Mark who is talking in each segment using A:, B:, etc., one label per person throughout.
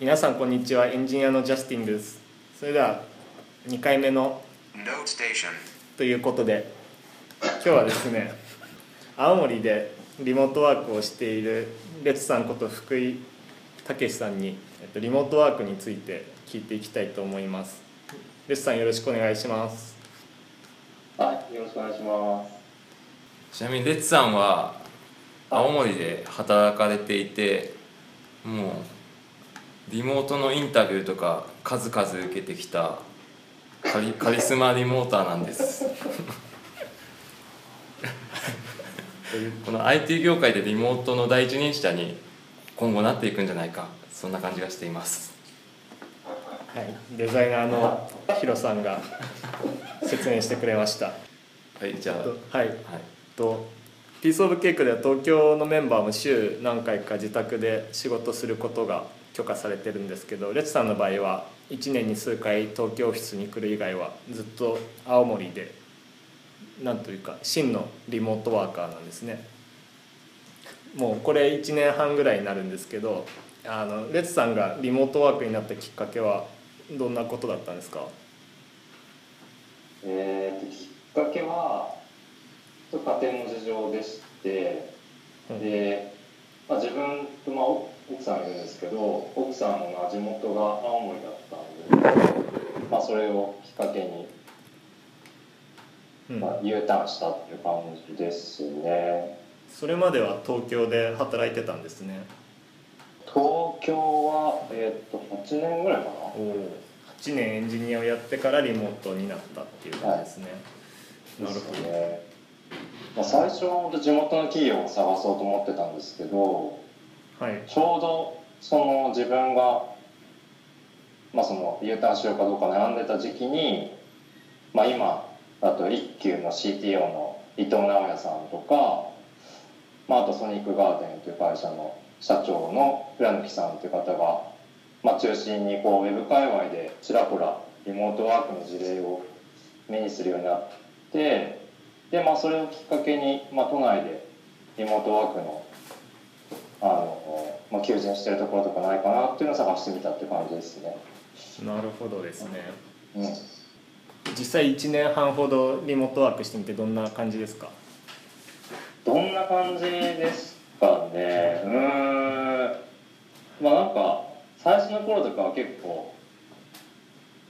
A: 皆さんこんにちはエンジニアのジャスティンですそれでは2回目の
B: Node Station.
A: ということで今日はですね青森でリモートワークをしているレツさんこと福井武さんに、えっと、リモートワークについて聞いていきたいと思いますレツさんよろしくお願いします
C: はい、よろしくお願いします。
D: ちなみにレッツさんは青森で働かれていてもうリモートのインタビューとか数々受けてきたカリカリスマリモーターなんですこの IT 業界でリモートの第一人者に今後なっていくんじゃないかそんな感じがしています
A: はい、デザイナーのヒロさんが説明してくれました
D: はいじゃあ、
A: とはい
D: はい、
A: とピースオブケークでは東京のメンバーも週何回か自宅で仕事することが許可されてるんですけどレツさんの場合は1年に数回東京オフィスに来る以外はずっと青森でなんというか真のリモートワーカーなんですねもうこれ1年半ぐらいになるんですけどあのレツさんがリモートワークになったきっかけはどんなことだったんですか
C: えーと、きっかけは、ちょっと家庭の事情でして、
A: うん
C: で、まあ、自分と、まあ、お奥さんいるんですけど、奥さんが地元が青森だったんで、まあ、それをきっかけに、
A: うん
C: まあ、U ターンしたっていう感じですね。
A: それまでは東京で働いてたんですね
C: 東京は、えーと、8年ぐらいかな。
A: おお8年エンジニアをやってからリモートになったっていう感じですね、なるほど、
C: ねまあ、最初は本当地元の企業を探そうと思ってたんですけど、
A: はい
C: ちょうどその自分が、まあ、その U ターンしようかどうか悩んでた時期に、まあ、今だと一級の CTO の伊藤直也さんとか、まあ、あとソニックガーデンという会社の社長の浦貫さんという方が、まあ、中心にこうウェブ界隈でちらほらリモートワークの事例を目にするようになってで、まあ、それをきっかけに、まあ、都内でリモートワークのあの、まあ、求人してるところとかないかなっていうのを探してみたって感じですね。
A: なるほどですね
C: うん、
A: 実際1年半ほどリモートワークしてみてどんな感じですか
C: どんな感じですかね。うーん。まあなんか最初の頃とかは結構、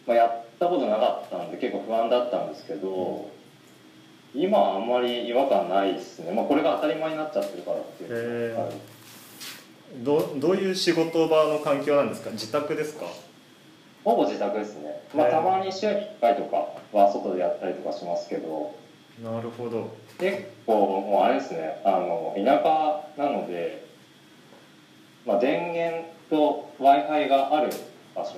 C: まあ、やったことなかったんで結構不安だったんですけど、今はあんまり違和感ないですね。まあこれが当たり前になっちゃってるからっていう
A: へー
C: か。はい
A: どどういう仕事場の環境なんですか自宅ですか
C: ほぼ自宅ですね。まあ
A: へー
C: たまに週に1回とかは外でやったりとかしますけど。
A: なるほど
C: 結構もうあれですねあの田舎なので、まあ、電源と w i f i がある場所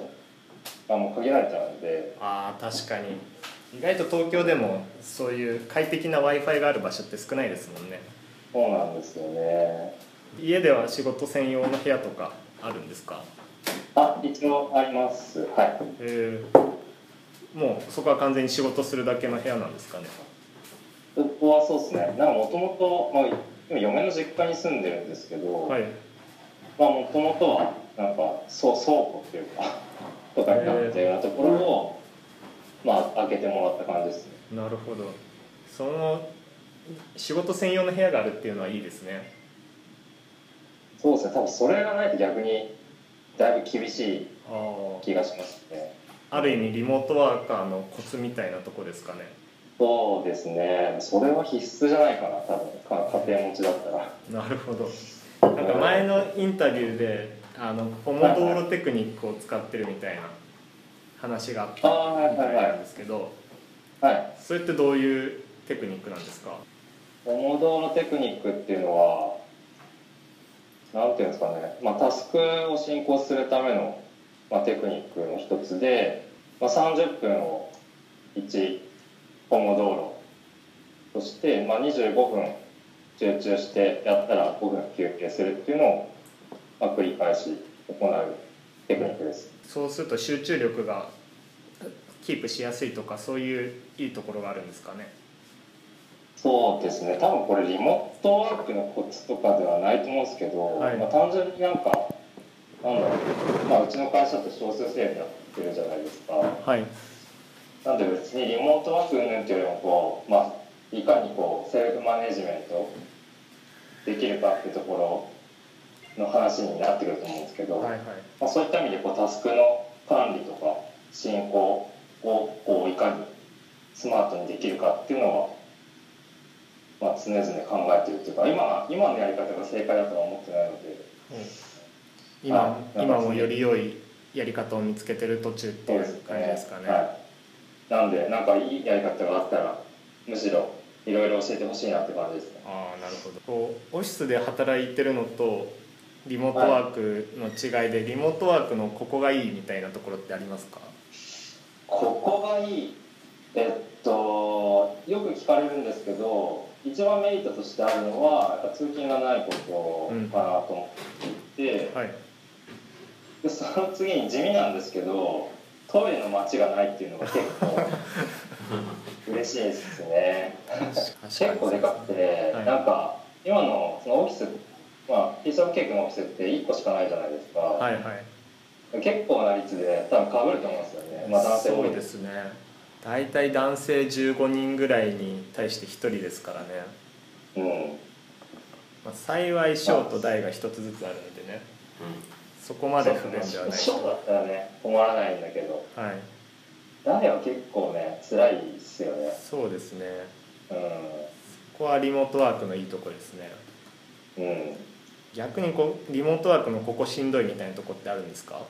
C: がもう限られちゃうので
A: あー確かに意外と東京でもそういう快適な w i f i がある場所って少ないですもんね
C: そうなんですよね
A: 家では仕事専用の部屋とかあるんですか
C: あ一応ありますはい
A: えー、もうそこは完全に仕事するだけの部屋なんですかね
C: ここはそうですねなんかもともと今嫁の実家に住んでるんですけど
A: はい
C: まあもともとはなんかそう倉庫っていうか とかになったようなところを、まあ開けてもらった感じですね
A: なるほどその仕事専用の部屋があるっていうのはいいですね
C: そうですね、多分それがないと逆にだいぶ厳しい
A: あ
C: 気がしますね。
A: ある意味リモートワーカーのコツみたいなとこですかね
C: そうですね、それは必須じゃないかな、多分か家庭持ちだったら。
A: なるほどなんか前のインタビューであのポモドーロテクニックを使ってるみたいな話があった
C: あーはい
A: み
C: は
A: たい
C: いはい
A: なんですけど
C: はい、
A: それってどういうテクニックなんですか
C: ポモドーロテクニックっていうのは、なんていうんですかね、まあ、タスクを進行するための、まあ、テクニックの一つで、まあ、30分を1ポモドーロそして、まあ、25分集中してやったら5分休憩するっていうのを、まあ、繰り返し行うテクニックです。
A: そうすると集中力がキープしやすいとかそういういいところがあるんですかね
C: そうですね多分これリモートワークのコツとかではないと思うんですけど、
A: はい
C: まあ、単純になんかなんだろう、まあ、うちの会社って少数制にやってるじゃないですか。
A: はい
C: なんで別にリモートワーク云々っていうよりもこう、まあ、いかにこうセルフマネジメントできるかっていうところの話になってくると思うんですけど、
A: はいはい
C: まあ、そういった意味でこうタスクの管理とか進行をこういかにスマートにできるかっていうのは、まあ、常々考えてるっていうか今今のやり方が正解だとは思ってないので
A: 今
C: あ
A: 今もより良いやり方を見つけてる途中っていう感じですかね
C: はい、なんでなんかいいやり方があったらむしろいろいろ教えてほしいなって感じですね
A: ああなるほどこうオフィスで働いてるのとリモートワークの違いで、リモートワークのここがいいみたいなところってありますか
C: ここがいいえっとよく聞かれるんですけど一番メリットとしてあるのはやっぱ通勤がないことかなと思っていて、
A: はい
C: でその次に地味なんですけどトイレの街がないっていうのが結構嬉しいですね結構でかくて、
A: はい
C: なんか今のそのオフィスまあピースオブケークのオフィスって1個しかないじゃないですか、
A: はいはい
C: 結構な率で多分かぶると思うんですよね、まあ、男性多
A: そ
C: いう
A: ですね大体男性15人ぐらいに対して1人ですからね、
C: うん
A: まあ、幸い小と大が1つずつあるのでねそこまで不便ではない
C: ショーだったらね困らないんだけど
A: はい
C: 誰は結構ね辛いですよね
A: そうですね
C: うん
A: ここはリモートワークのいいとこですね
C: うん
A: 逆にこうリモートワークのここしんどいみたいなとこってあるんですか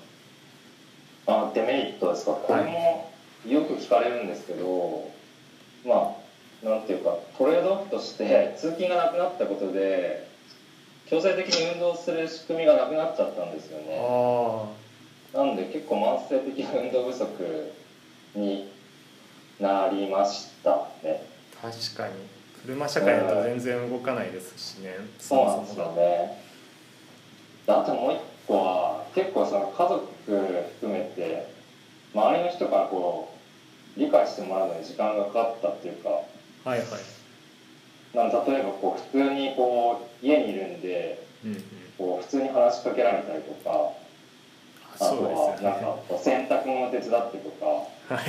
C: あデメリットですかこれもよく聞かれるんですけど、まあなんていうかトレードオフとして通勤がなくなったことで強制的に運動する仕組みがなくなっちゃったんですよ
A: あ
C: ね
A: あ
C: なんで結構慢性的な運動不足になりましたね
A: 確かに車社会だと全然動かないですしねそ
C: そうな
A: も
C: んで
A: そ
C: す
A: もが
C: よねであともう一個は結構その家族含めて周りの人からこう理解してもらうのに時間がかかったっていうか
A: はいはい
C: なん例えばこう普通にこう家にいるんで
A: うんうん
C: こう普通に話しかけられたりとか
A: あ
C: あ
A: そ
C: と
A: う
C: は
A: ですよ
C: なん
A: ね
C: かこう洗濯物手伝ってとか
A: はいはい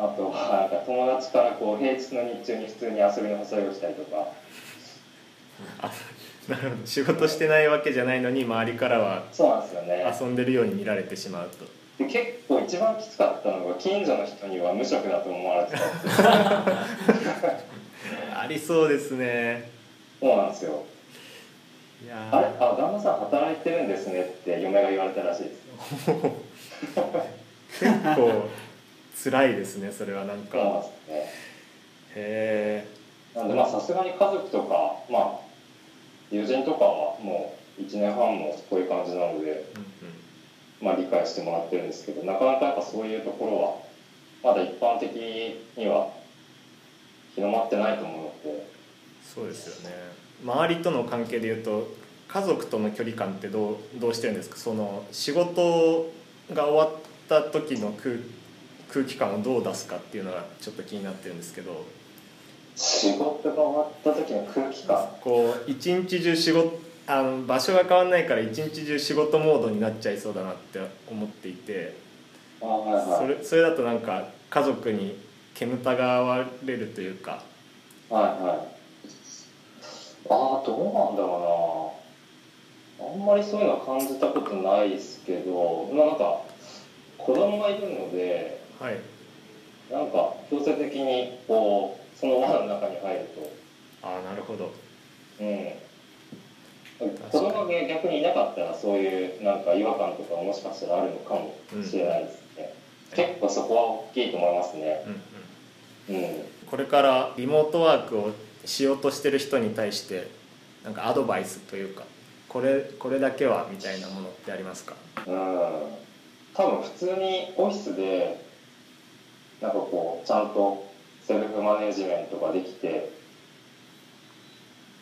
C: あとは なんか友達からこう平日の日中に普通に遊びの誘いをしたりとか
A: なるほど仕事してないわけじゃないのに周りからは
C: そうなんですよね。
A: 遊んでるように見られてしまうと
C: で結構一番きつかったのが近所の人には無職だと思われてたっていう
A: ありそうですね
C: そうなんですよ
A: いや
C: あれ
A: ー
C: あ旦那さん働いてるんですねって嫁が言われたらしいです
A: 結構辛いですねそれはなん
C: そうなん
A: か
C: ですね
A: へ
C: なんでまあさすがに家族とかまあ友人とかはもう1年半もこういう感じなので
A: え、うんうん、
C: まあ理解してもらってるんですけどなかなかやっぱそういうところはまだ一般的には広まってないと思うので
A: そうですよね周りとの関係でいうと家族との距離感ってどうどうしてるんですかその仕事が終わった時の空空気感をどう出すかっていうのがちょっと気になってるんですけど
C: 仕事が終わった時の空気感
A: こう一日中仕事あの場所が変わんないから一日中仕事モードになっちゃいそうだなって思っていて
C: あはい
A: そ
C: はい
A: れそれだとなんか家族に煙たがわれるというか
C: はいはい。ああ、どうなんだろうな。あんまりそういうのは感じたことないですけど、まあなんか、子供がいるので、
A: はい
C: なんか、強制的に、こう、その輪の中に入る
A: ああなるほど
C: と、うん。子供が逆にいなかったら、そういう、なんか、違和感とかもしかしたらあるのかもしれないですね。結構そこは大きいと思いますね。
A: うんうん
C: うん。
A: これからリモートワークをしようとしてる人に対してなんかアドバイスというかこれこれだけはみたいなものってありますか
C: うん多分普通にオフィスでなんかこうちゃんとセルフマネジメントができて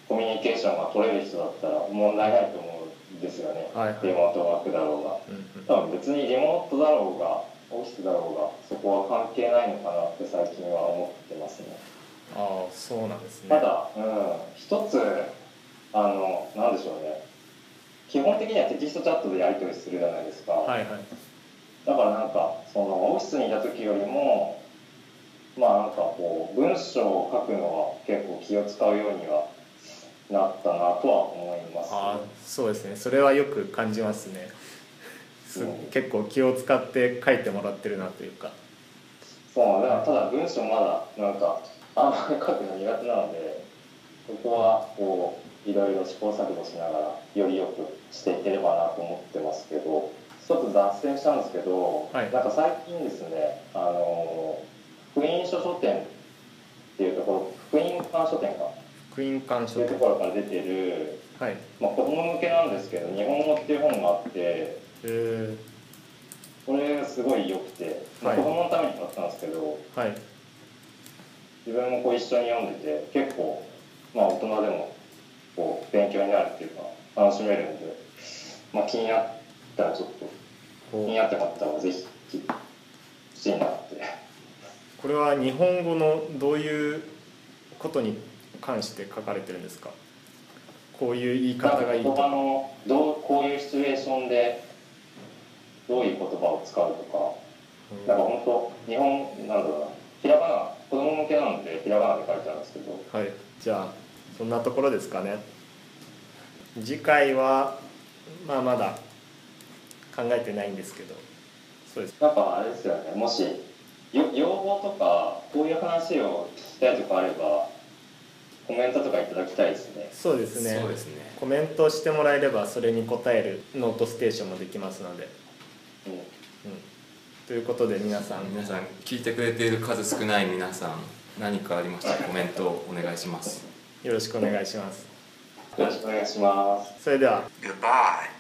C: コミュニケーションが取れる人だったら問題ないと思うんですよね、
A: はいはい
C: リモートワークだろ
A: うんうん
C: うが多分別にリモートだろうがオフィスだろうがそこは関係ないのかなって最近は思ってますね
A: ああそうなんですね
C: ただ、うん、一つあのなんでしょうね基本的にはテキストチャットでやり取りするじゃないですか、
A: はいはい
C: だからなんかそのオフィスにいた時よりもまあなんかこう文章を書くのは結構気を使うようにはなったなとは思います
A: あーそうですねそれはよく感じますねす結構気を使って書いてもらってるなというか
C: そうだからただ文章まだなんかあんまり書くの苦手なのでここはこういろいろ試行錯誤しながらよりよくしていければなと思ってますけどちょっと脱線したんですけど、
A: はい
C: なんか最近ですねあの福音書書店っていうところ福音館書店か
A: 福音館
C: そう
A: 書
C: い
A: 店
C: うところから出てる、
A: はい
C: まあ、子供向けなんですけど「日本語」っていう本があって
A: え
C: これすごい良くて、まあ
A: はい
C: 子供のために買ったんですけど。
A: ー、はい
C: 自分もこう一緒に読んでて結構まあ大人でもこう勉強になるっていうか楽しめるんで、まあ、気になったらちょっと気
A: こ
C: に
A: う
C: なって買ったらぜひ聞いてほしいなって
A: これは日本語のどういうことに関して書かれてるんですかこういう言い
C: なん
A: 方
C: か
A: がいい
C: 言
A: と
C: 葉
A: か
C: のどうこういうシチュエーションでどういう言葉を使うとかなんか本当日本なんだろうなひらがな子供向けなんでひらがなで書いてあるんですけど
A: はい、じゃあそんなところですかね次回はまあまだ考えてないんですけどそうです
C: なんかあれですよね、もし、よ要望とか、こういう話を聞きたいとかあれば、コメントとかいただきたいですね。
A: そうですね
D: そうですね
A: コメントしてもらえればそれに答えるノートステーションもできますので、
C: うん、
A: うん、ということで皆さん
D: 皆さん聞いてくれている数少ない皆さん何かありましたらコメントをお願いします
A: よろしくお願いします
C: よろしくお願いします。
A: それでは
B: Goodbye.